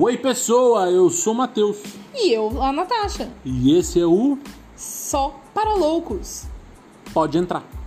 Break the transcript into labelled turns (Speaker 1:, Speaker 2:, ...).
Speaker 1: Oi, pessoa, eu sou o Matheus
Speaker 2: E eu, a Natasha.
Speaker 1: e esse é o
Speaker 2: Só para loucos.
Speaker 1: Pode Entrar.